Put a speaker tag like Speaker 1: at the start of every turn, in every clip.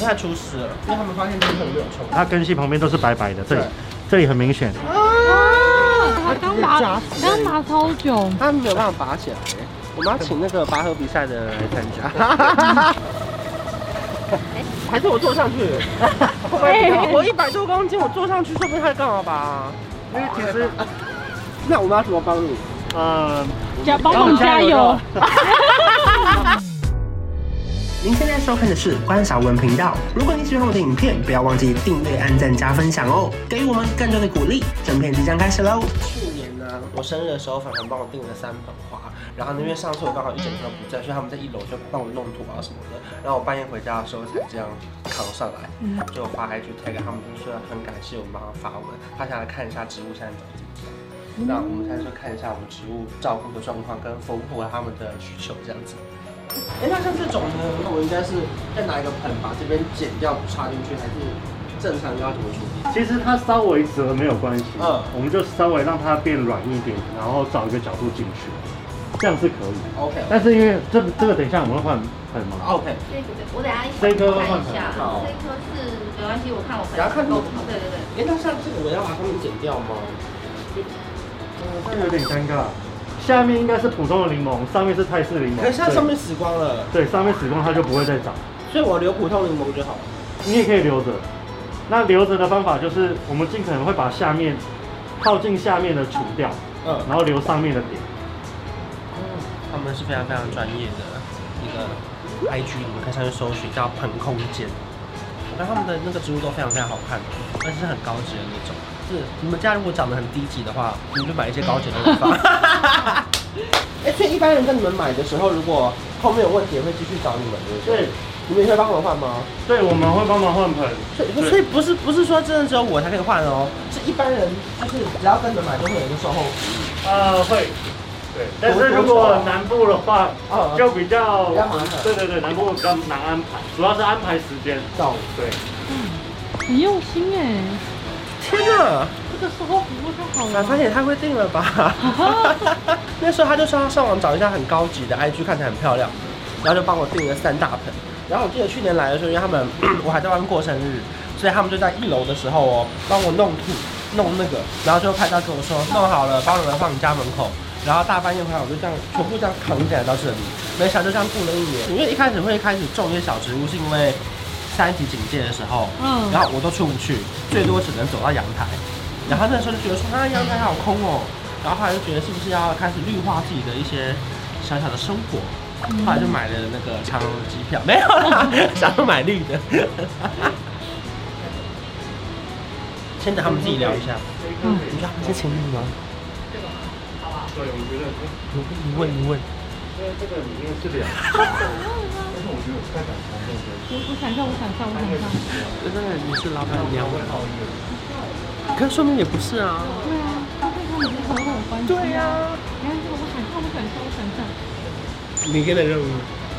Speaker 1: 太出事了。
Speaker 2: 因为他们发现真的有虫。
Speaker 3: 它根系旁边都是白白的，这里
Speaker 2: 对
Speaker 3: 这里很明显。
Speaker 2: 它
Speaker 1: 啊！
Speaker 2: 刚拔
Speaker 4: 刚拿超久，
Speaker 1: 他们没有办法拔起来，我们要请那个拔河比赛的人来参 加。还是我坐上去，会不会比较 我一百多公斤，我坐上去说不定他干嘛拔、啊？
Speaker 3: 因为其实，
Speaker 1: 那我们要怎么帮你？
Speaker 3: 呃，
Speaker 4: 加帮忙加油。
Speaker 1: 您现在收看的是观赏文频道。如果你喜欢我的影片，不要忘记订阅、按赞、加分享哦，给予我们更多的鼓励。整片即将开始喽。去年呢，我生日的时候，凡凡帮我订了三盆花，然后呢，因为上次我刚好一整天都不在，所以他们在一楼就帮我弄土啊什么的。然后我半夜回家的时候才这样扛上来，就花还去推给他们，就说很感谢我们帮他发文，他想来看一下植物现在长怎么样。那我们再去看一下我们植物照顾的状况跟丰富他们的需求这样子。哎，那像这种呢，那我应该是再拿一个盆把这边剪掉插进去，还是正常要怎么处理？
Speaker 3: 其实它稍微折没有关系，
Speaker 1: 嗯
Speaker 3: 我们就稍微让它变软一点，然后找一个角度进去，这样是可以。
Speaker 1: OK
Speaker 3: 但是因为这这个等一下我们会换盆嘛，
Speaker 1: OK，
Speaker 5: 这个我等一下一起
Speaker 3: 这颗
Speaker 5: 看一下，
Speaker 3: 换
Speaker 1: 成
Speaker 5: 这颗是没关系，我看我朋
Speaker 1: 然
Speaker 5: 友
Speaker 1: 后看
Speaker 5: 够
Speaker 1: 图
Speaker 5: 不够对对对，
Speaker 1: 哎，那像这个我要把它们剪掉吗？
Speaker 3: 这样有点尴尬。下面应该是普通的柠檬，上面是泰式柠檬。
Speaker 1: 可是它上面死光了，
Speaker 3: 对对上面始终它就不会再长，
Speaker 1: 所以我留普通柠檬就好了。
Speaker 3: 你也可以留着。那留着的方法就是我们尽可能会把下面靠近下面的除掉，
Speaker 1: 嗯，
Speaker 3: 然后留上面的点。
Speaker 1: 他们是非常非常专业的一个 IG，你们可以上去搜寻叫盆空间。我看他们的那个植物都非常非常好看，而且是很高级的那种。是你们家如果长得很低级的话，你们就买一些高级的地方。 哎、所以一般人跟你们买的时候，如果后面有问题，也会继续找你们，对不对？
Speaker 3: 对，
Speaker 1: 你们也会帮我换吗？
Speaker 3: 对，我们会帮忙换盆。
Speaker 1: 所以
Speaker 3: 对
Speaker 1: 所以不是不是说真的只有我才可以换哦，是一般人就是只要跟你们买都会有一个售后服务。
Speaker 3: 呃，会。对，但是如果南部的话
Speaker 1: 啊，
Speaker 3: 就比较
Speaker 1: 比较啊麻烦
Speaker 3: 对对对，南部比较难安排，主要是安排时间。
Speaker 1: 到
Speaker 3: 对，
Speaker 4: 很用心哎，
Speaker 1: 天哪！
Speaker 4: 这个售后服务太好
Speaker 1: 麻
Speaker 4: 了。
Speaker 1: 烦也太会定了吧！那时候他就说他上网找一下很高级的 IG，看起来很漂亮，然后就帮我订了三大盆。然后我记得去年来的时候，因为他们 我还在外面过生日，所以他们就在一楼的时候哦，帮我弄土、弄那个，然后就拍照跟我说弄好了，帮你们放你家门口。然后大半夜回来，我就这样全部这样扛起来到这里，没想到就这样过了一年。因为一开始会开始种一些小植物，是因为三级警戒的时候，
Speaker 4: 嗯
Speaker 1: 然后我都出不去，最多只能走到阳台。然后那时候就觉得说，啊，阳台好空哦。然后后来就觉得是不是要开始绿化自己的一些小小的生活。后来就买了那个长荣的机票，没有 啦，想要买绿 的。先等他们自己聊一下。
Speaker 3: 嗯，
Speaker 1: 你看，是情侣吗？
Speaker 3: 对，我觉得
Speaker 1: 你一问一问。
Speaker 3: 因为这个里面是两，
Speaker 2: 但是我觉得我在感情中觉
Speaker 4: 我我想上，我想上，我想上。
Speaker 1: 真的，你是老板娘
Speaker 2: 得超越。
Speaker 1: 可是说明也不是啊。
Speaker 4: 对啊，他对他们是很好的关系。
Speaker 1: 对啊呀、
Speaker 4: 你看这个，我想上，我想上，我想上。
Speaker 1: 你给的任务，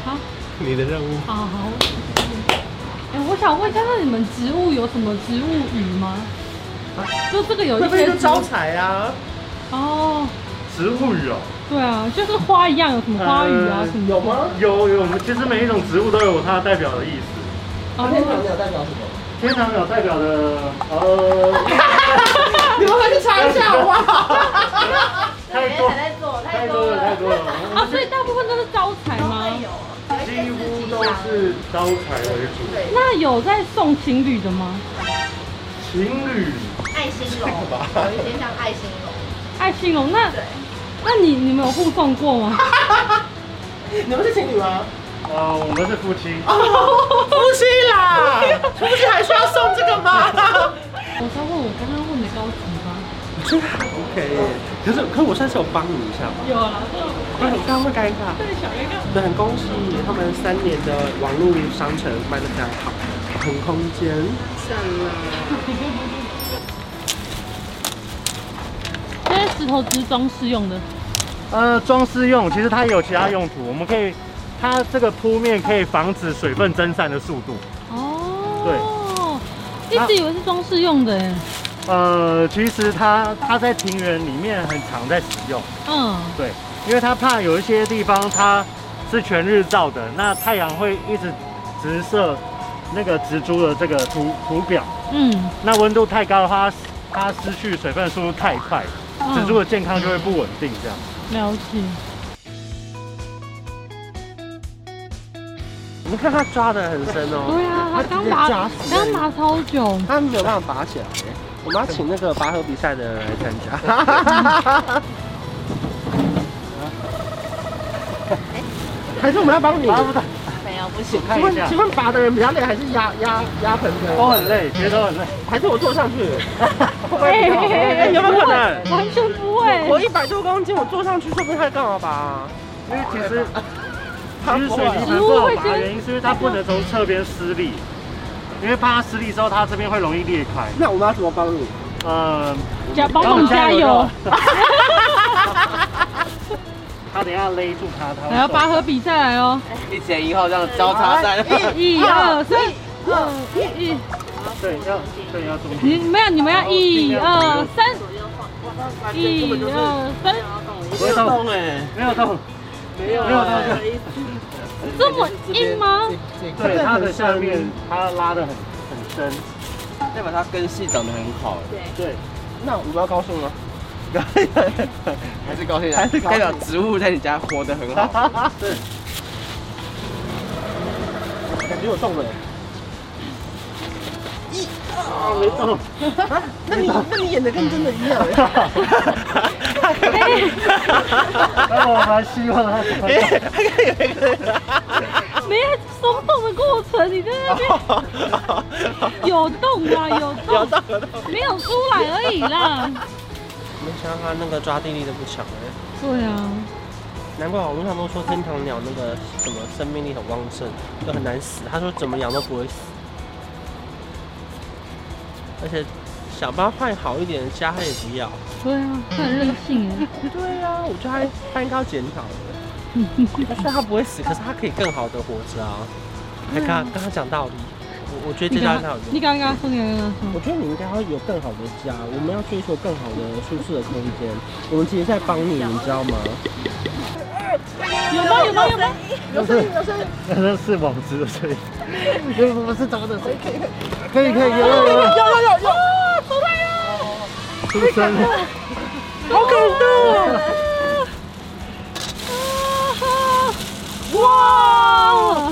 Speaker 4: 好，
Speaker 1: 你的任务。
Speaker 4: 好好。哎，我想问一下，那你们植物有什么植物语吗？就这个有
Speaker 1: 会
Speaker 4: 一
Speaker 1: 不会
Speaker 4: 些
Speaker 1: 就
Speaker 4: 植
Speaker 1: 招
Speaker 4: 物
Speaker 1: 财啊？
Speaker 4: 哦，
Speaker 3: 植物语哦。
Speaker 4: 对啊，就是花一样，有什么花语啊
Speaker 3: 呃
Speaker 4: 什么的？
Speaker 1: 有吗？
Speaker 3: 有有，我们其实每一种植物都有它代表的意思。
Speaker 1: 那
Speaker 4: 哦
Speaker 1: 天堂鸟代表什么？
Speaker 3: 天堂鸟代表的呃，
Speaker 1: 你们回去查一下好不好？
Speaker 3: 太
Speaker 5: 这
Speaker 3: 多
Speaker 5: 个人在做，
Speaker 3: 太多了太多了，
Speaker 4: 啊，所以大部分都是招财
Speaker 5: 都
Speaker 4: 吗
Speaker 5: 会？有，
Speaker 3: 几乎都是招财为主。
Speaker 5: 对
Speaker 4: 那有在送情侣的吗？
Speaker 3: 情侣，
Speaker 5: 爱心龙，有一些像爱心龙，
Speaker 4: 爱心龙，那
Speaker 5: 对，
Speaker 4: 那你你们有互送过吗？
Speaker 1: 你们是情侣吗？
Speaker 3: 呃，我们是夫妻。
Speaker 1: 哦，夫妻啦，夫妻还需要送这个吗
Speaker 4: 我在问我刚刚问的高级吗？
Speaker 1: ？OK，可是可是我算是有帮你一下吧，
Speaker 4: 有啦，
Speaker 1: 不然我刚刚会尴尬。
Speaker 4: 这个小月哥，
Speaker 1: 对，很恭喜他们三年的网络商城卖的非常好，很空间，赞啦！
Speaker 4: 这些石头只是装饰用的。
Speaker 3: 呃，装饰用，其实它也有其他用途。我们可以，它这个铺面可以防止水分蒸散的速度。
Speaker 4: 哦，对，一直以为是装饰用的哎。
Speaker 3: 呃，其实它它在庭园里面很常在使用，
Speaker 4: 嗯，
Speaker 3: 对，因为它怕有一些地方它是全日照的，那太阳会一直直射那个植株的这个图图表。
Speaker 4: 嗯，
Speaker 3: 那温度太高的话，它它失去水分的速度太快，
Speaker 4: 嗯
Speaker 3: 植株的健康就会不稳定。这样，
Speaker 4: 了解。
Speaker 3: 我们看它抓的很
Speaker 1: 嗯
Speaker 3: 深哦。
Speaker 4: 对啊，他
Speaker 1: 它
Speaker 4: 刚
Speaker 1: 直接
Speaker 4: 拔
Speaker 1: 扎死，
Speaker 4: 刚拔超久。
Speaker 1: 他没有办法拔起来。欸我们要请那个拔河比赛的人来参 加。还是我们要帮你？
Speaker 3: 拔不到，
Speaker 5: 没有不行
Speaker 3: 请。看一下
Speaker 1: 请。问拔的人比较累，还是压压压盆的？
Speaker 3: 都很累，其实都很累。
Speaker 1: 还是我坐上去？
Speaker 4: 哎
Speaker 1: 哎，有没有可能？
Speaker 4: 完全不会
Speaker 1: 我。一百多公斤，我坐上去说不定还干嘛吧？
Speaker 3: 因为其实其实水泥盆不好拔，原因是因为它不能从侧边施力，因为怕它施力之后，它这边会容易裂开。
Speaker 1: 那我们要怎么帮你？
Speaker 3: 呃，
Speaker 4: 加帮忙加油。
Speaker 3: 它等一下勒住它，它
Speaker 4: 还要拔河比赛来哦！
Speaker 6: 一前一后这样交叉赛，
Speaker 1: 哎
Speaker 4: 一二三，二一，一
Speaker 3: 对要对要注意。
Speaker 4: 你没有，你们要一二三，一二三，
Speaker 3: 没有动
Speaker 1: 欸
Speaker 3: 哎，没有动，没
Speaker 4: 啊
Speaker 3: 有没有动。
Speaker 4: 这么硬吗？
Speaker 3: 对，它的下面它拉的很很深。
Speaker 6: 代表它根系长得很好，
Speaker 3: 对，
Speaker 1: 那我们要高速吗？
Speaker 6: 还是高兴，还是代表植物在你家活得很 好。
Speaker 3: 对，
Speaker 1: 感觉有动了。
Speaker 3: 啊没动。
Speaker 1: 那你那你演的跟真的一样。
Speaker 3: 那我蛮希望它怎么动。
Speaker 4: 没有松动的过程，你在那边有动啊，有动，没有出来而已啦。
Speaker 1: 没想到他那个抓地力都不强哎，
Speaker 4: 对啊，
Speaker 1: 难怪网络上都说天堂鸟那个什么生命力很旺盛，就很难死。他说怎么养都不会死，而且想办法换好一点的家他也不要。
Speaker 4: 对啊，它很任性哎。
Speaker 1: 对啊，我觉得他他应该要检讨的。 但是他不会死，可是他可以更好的活着啊！还跟他
Speaker 6: 啊
Speaker 1: 跟他讲道理，我我觉得这
Speaker 4: 你
Speaker 1: 招
Speaker 4: 刚
Speaker 1: 很好用。
Speaker 4: 你刚刚说，你刚刚
Speaker 1: 我
Speaker 4: 说。
Speaker 1: 觉得你应该要有更好的家，我们要追求更好的舒适的空间。我们其实在帮你，你知道吗？
Speaker 4: 有吗？有吗？有吗？
Speaker 3: 那是网子的声音，不是他的声音。可以可以有有有有有有，出生了，
Speaker 1: 好感动！
Speaker 4: 哇！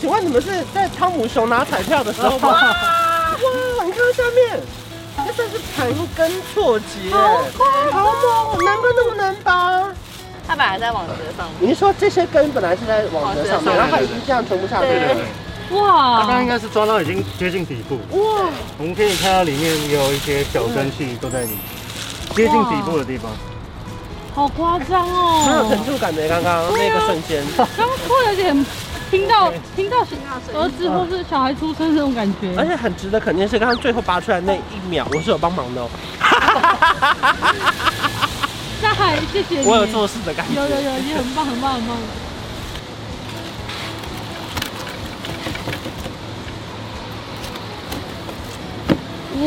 Speaker 1: 请问你们是在汤姆熊拿彩票的时候吗？哇哇！你看下面，那真是盘根错节，好快，好猛！难怪那么难拔。
Speaker 5: 他本来在网格上，
Speaker 1: 你是说这些根本来是在网格上面，然后它已经这样全部 下去了？
Speaker 3: 刚刚应
Speaker 4: 哇！
Speaker 3: 该是抓到已经接近底部。
Speaker 1: 哇！
Speaker 3: 我们可以看到里面有一些小根系都在里面，接近底部的地方。
Speaker 4: 好夸张
Speaker 1: 很有成
Speaker 4: 哦！
Speaker 1: 就感的，刚刚那个瞬间。
Speaker 4: 刚刚突然有点听到听到儿子或是小孩出生那种感觉，
Speaker 1: 而且很值得肯定是，刚刚最后拔出来那一秒，我是有帮忙的哦，
Speaker 4: 那还谢谢你，
Speaker 1: 我有做事的感觉。
Speaker 4: 有有有，你很棒很棒很棒。哇，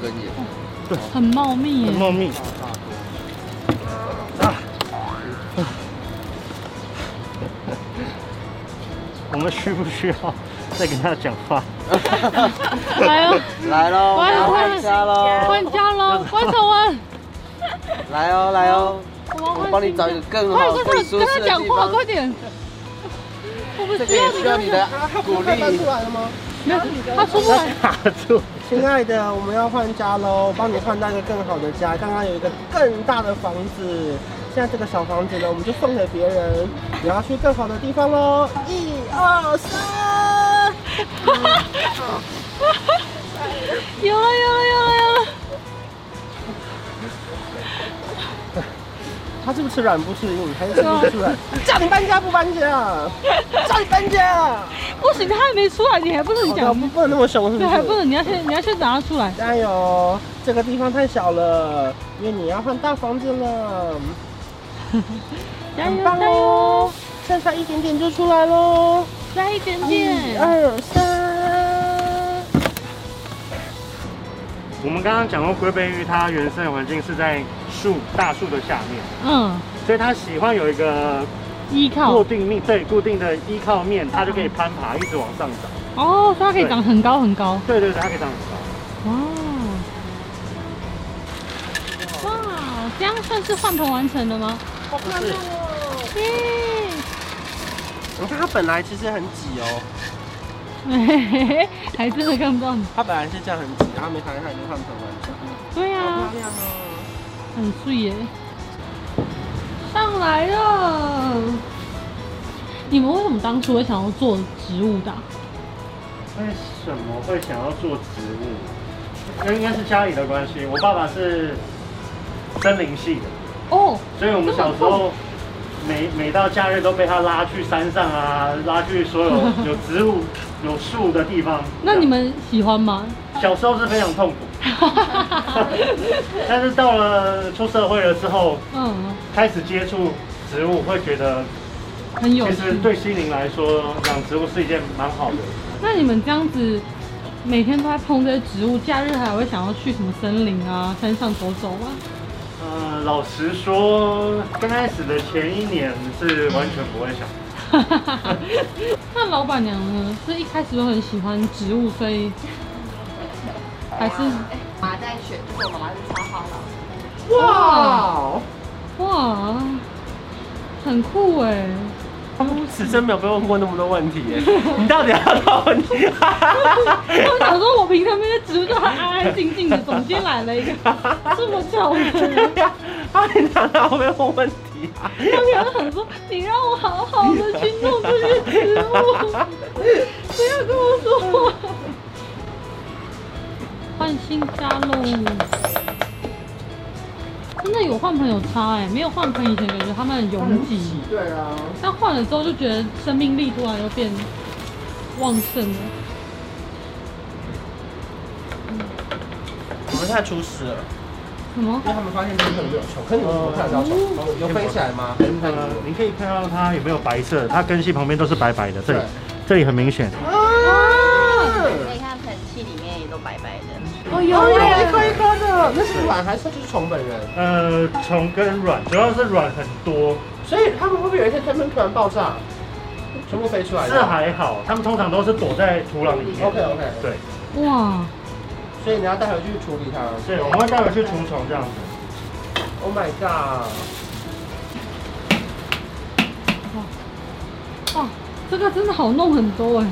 Speaker 6: 根也
Speaker 4: 很茂密
Speaker 3: 很
Speaker 4: 耶！
Speaker 3: 茂密。啊！ 我们需不需要再跟他讲话？
Speaker 4: 来哦，
Speaker 6: 来喽，
Speaker 4: 欢迎
Speaker 6: 换家喽，
Speaker 4: 关家喽，关守文，
Speaker 6: 来哦来哦，
Speaker 4: 我
Speaker 6: 我帮你找一个更
Speaker 4: 快
Speaker 6: 好
Speaker 4: 快、
Speaker 6: 更
Speaker 4: 快，
Speaker 6: 舒
Speaker 4: 跟
Speaker 6: 适
Speaker 4: 他
Speaker 6: 的
Speaker 4: 讲
Speaker 6: 地
Speaker 4: 话，
Speaker 6: 方。
Speaker 4: 快点！我们
Speaker 6: 这
Speaker 4: 需
Speaker 6: 个
Speaker 4: 要
Speaker 6: 也
Speaker 4: 你
Speaker 6: 需要
Speaker 4: 跟
Speaker 6: 你
Speaker 4: 他讲，
Speaker 6: 的 鼓励。
Speaker 1: 来了吗？
Speaker 4: 没有，他出不来。
Speaker 3: 卡住。
Speaker 1: 亲爱的，我们要换家喽，帮你换到一个更好的家。刚刚有一个更大的房子，现在这个小房子呢，我们就送给别人，你要去更好的地方喽。一二三，
Speaker 4: 有了，有了，有了，有了！
Speaker 1: 他是不是吃软不吃硬，还是吃不吃软？叫你搬家不搬家？叫你搬家？
Speaker 4: 不行，他还没出来，你还不能
Speaker 1: 我
Speaker 4: 讲。
Speaker 1: 们不能那么凶，是不
Speaker 4: 对，
Speaker 1: 是？
Speaker 4: 还不能，你要先，你要先拿出来。
Speaker 1: 加油！这个地方太小了，因为你要换大房子了。
Speaker 4: 加
Speaker 1: 很
Speaker 4: 油，
Speaker 1: 棒
Speaker 4: 嗯加油，
Speaker 1: 剩下一点点就出来喽，
Speaker 4: 加一点
Speaker 1: 一
Speaker 4: 点。
Speaker 1: 二三。
Speaker 3: 我们刚刚讲过，龟背玉它原生的环境是在树大树的下面，
Speaker 4: 嗯，
Speaker 3: 所以它喜欢有一个
Speaker 4: 依
Speaker 3: 固
Speaker 4: 靠。
Speaker 3: 定面对固定的依靠面，它就可以攀爬，一直往上涨。
Speaker 4: 哦，所以它可以长很高很高。
Speaker 3: 对对对，它可以长很高。
Speaker 4: 哇哇，这样算是换盆完成了吗？
Speaker 1: 哦不是，
Speaker 4: 耶！
Speaker 1: 你看它本来其实很挤哦，
Speaker 4: 还真的看不到你。
Speaker 1: 它本来是这样很挤，然后没想到它已经换成完整。
Speaker 4: 对啊，很碎耶。上来了。你们为什么当初会想要做植物的啊、
Speaker 3: 为什么会想要做植物？那应该是家里的关系。我爸爸是森林系的，
Speaker 4: 哦，
Speaker 3: 所以我们小时候每每到假日都被他拉去山上啊，拉去所有有植物、有树的地方。
Speaker 4: 那你们喜欢吗？
Speaker 3: 小时候是非常痛苦，但是到了出社会了之后，
Speaker 4: 嗯，
Speaker 3: 开始接触植物，会觉得
Speaker 4: 很有
Speaker 3: 其
Speaker 4: 趣。
Speaker 3: 实对心灵来说，养植物是一件蛮好的。
Speaker 4: 那你们这样子每天都在碰这些植物，假日还会想要去什么森林啊、山上走走吗？
Speaker 3: 呃，老实说，刚开始的前一年是完全不会想。
Speaker 4: 那老板娘呢？是一开始就很喜欢植物，所以还是
Speaker 5: 妈在学，就是我妈妈是插花老师，
Speaker 4: 哇哇，很酷哎！
Speaker 1: 他们此生哦没有被问过那么多问题 耶，你到底要到问题？
Speaker 4: 我想说，我平常面对植物就很安安静静的，怎么今天来了一个这么吵的人？
Speaker 1: 对呀， 他平常哪会被问问题啊？
Speaker 4: 我想很说，你让我好好的去弄这些植物，不要跟我说。换新家喽！真的有换朋友差哎、没有换朋友以前感觉他们很拥挤，
Speaker 2: 对啊，
Speaker 4: 但换了之后就觉得生命力突然又变旺盛了。
Speaker 1: 我们现在出事了，
Speaker 4: 什么
Speaker 2: 因？为他们发现冰很有虫，可是你们怎么看得到虫？有飞起来吗？还是看
Speaker 3: 呃，你可以看到它有没有白色，它根系旁边都是白白的，这里
Speaker 2: 对
Speaker 3: 这里很明显。嗯
Speaker 5: 你看盆器里面也都白白的，
Speaker 4: 哦有
Speaker 2: 一颗一颗的，那是卵还是就是虫本人？
Speaker 3: 呃，虫跟卵，主要是卵很多，
Speaker 2: 所以他们会不会有一天他们突然爆炸，全部飞出来？
Speaker 3: 是。还好，它们通常都是躲在土壤里面。
Speaker 2: OK OK。
Speaker 3: 对，
Speaker 4: 哇！
Speaker 2: 所以你要带回去处理它。
Speaker 3: 对，我们会带回去除虫这样子。
Speaker 2: Oh my god！
Speaker 4: 哇，这个真的好弄很多哎、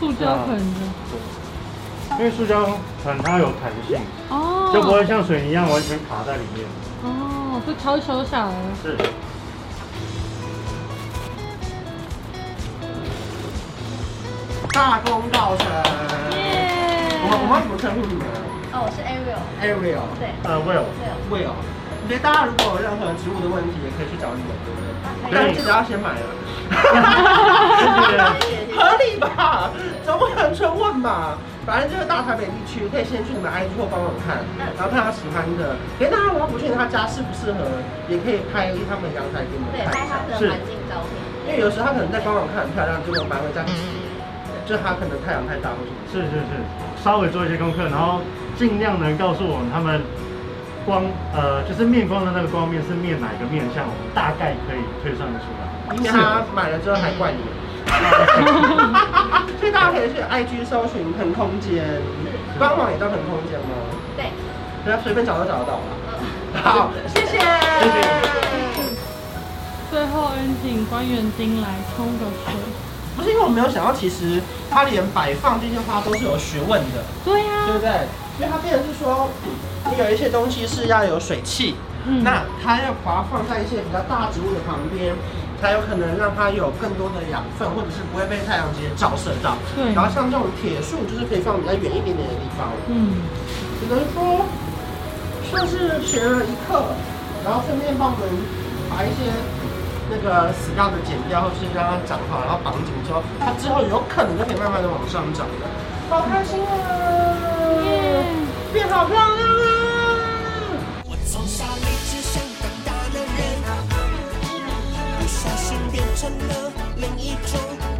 Speaker 4: 塑胶盆的
Speaker 3: 因为塑胶盆它有弹性，
Speaker 4: 哦，
Speaker 3: 就不会像水泥一样完全卡在里面。
Speaker 4: 哦，就敲一敲就下来了。
Speaker 3: 是，
Speaker 2: 大功告成！我们我
Speaker 4: 耶！
Speaker 2: 们要怎么称呼你们
Speaker 5: 哦，我是 Ariel，
Speaker 2: ？Ariel。
Speaker 5: 对
Speaker 3: 呃，Will，
Speaker 5: 对，
Speaker 2: 会哦。我觉得大家如果有任何植物的问题，也可以去找你们，对不对？但
Speaker 3: 对
Speaker 2: 记得要先买啊。
Speaker 5: 对
Speaker 2: 合理吧？总不能纯问吧？反正就是大台北地区，可以先去你们 IG 或官网看，然后看他喜欢的。哎，当然我要不确定他家适不适合，也可以拍他们阳台给你们
Speaker 5: 对，
Speaker 2: 看
Speaker 5: 拍
Speaker 2: 一下
Speaker 5: 他。的环境照片，
Speaker 2: 因为有时候他可能在官网看很漂亮，结果买回家不行，就他可能太阳太大或什么。
Speaker 3: 是是是，稍微做一些功课，然后尽量能告诉我们他们光呃，就是面光的那个光面是面哪一个面相，我们大概可以推算得出来。
Speaker 2: 因为他买了之后还怪 你。所以大家可以去 IG 搜寻腾空间，官网也叫腾空间吗？
Speaker 5: 对，
Speaker 2: 不要随便找都找得到啦。
Speaker 5: 嗯。
Speaker 2: 好，谢谢。谢
Speaker 4: 最后 ending 官员丁来冲个水。
Speaker 2: 不是因为我没有想到，其实它连摆放这些花都是有学问的，
Speaker 4: 对呀、
Speaker 2: 对不对？因为它变成是说，你有一些东西是要有水汽，
Speaker 4: 嗯
Speaker 2: 那它要把它放在一些比较大植物的旁边，才有可能让它有更多的养分，或者是不会被太阳直接照射到。
Speaker 4: 对
Speaker 2: 然后像这种铁树，就是可以放比较远一点点的地方。
Speaker 4: 嗯，
Speaker 2: 只能说算是学了一课，然后顺便帮我们把一些那个死掉的剪掉，或是让它长好，然后绑紧之后，它之后有可能就可以慢慢的往上涨了。好开心啊！变好漂亮啊！
Speaker 7: 我从小一直想当大男人，不小心变成了另一种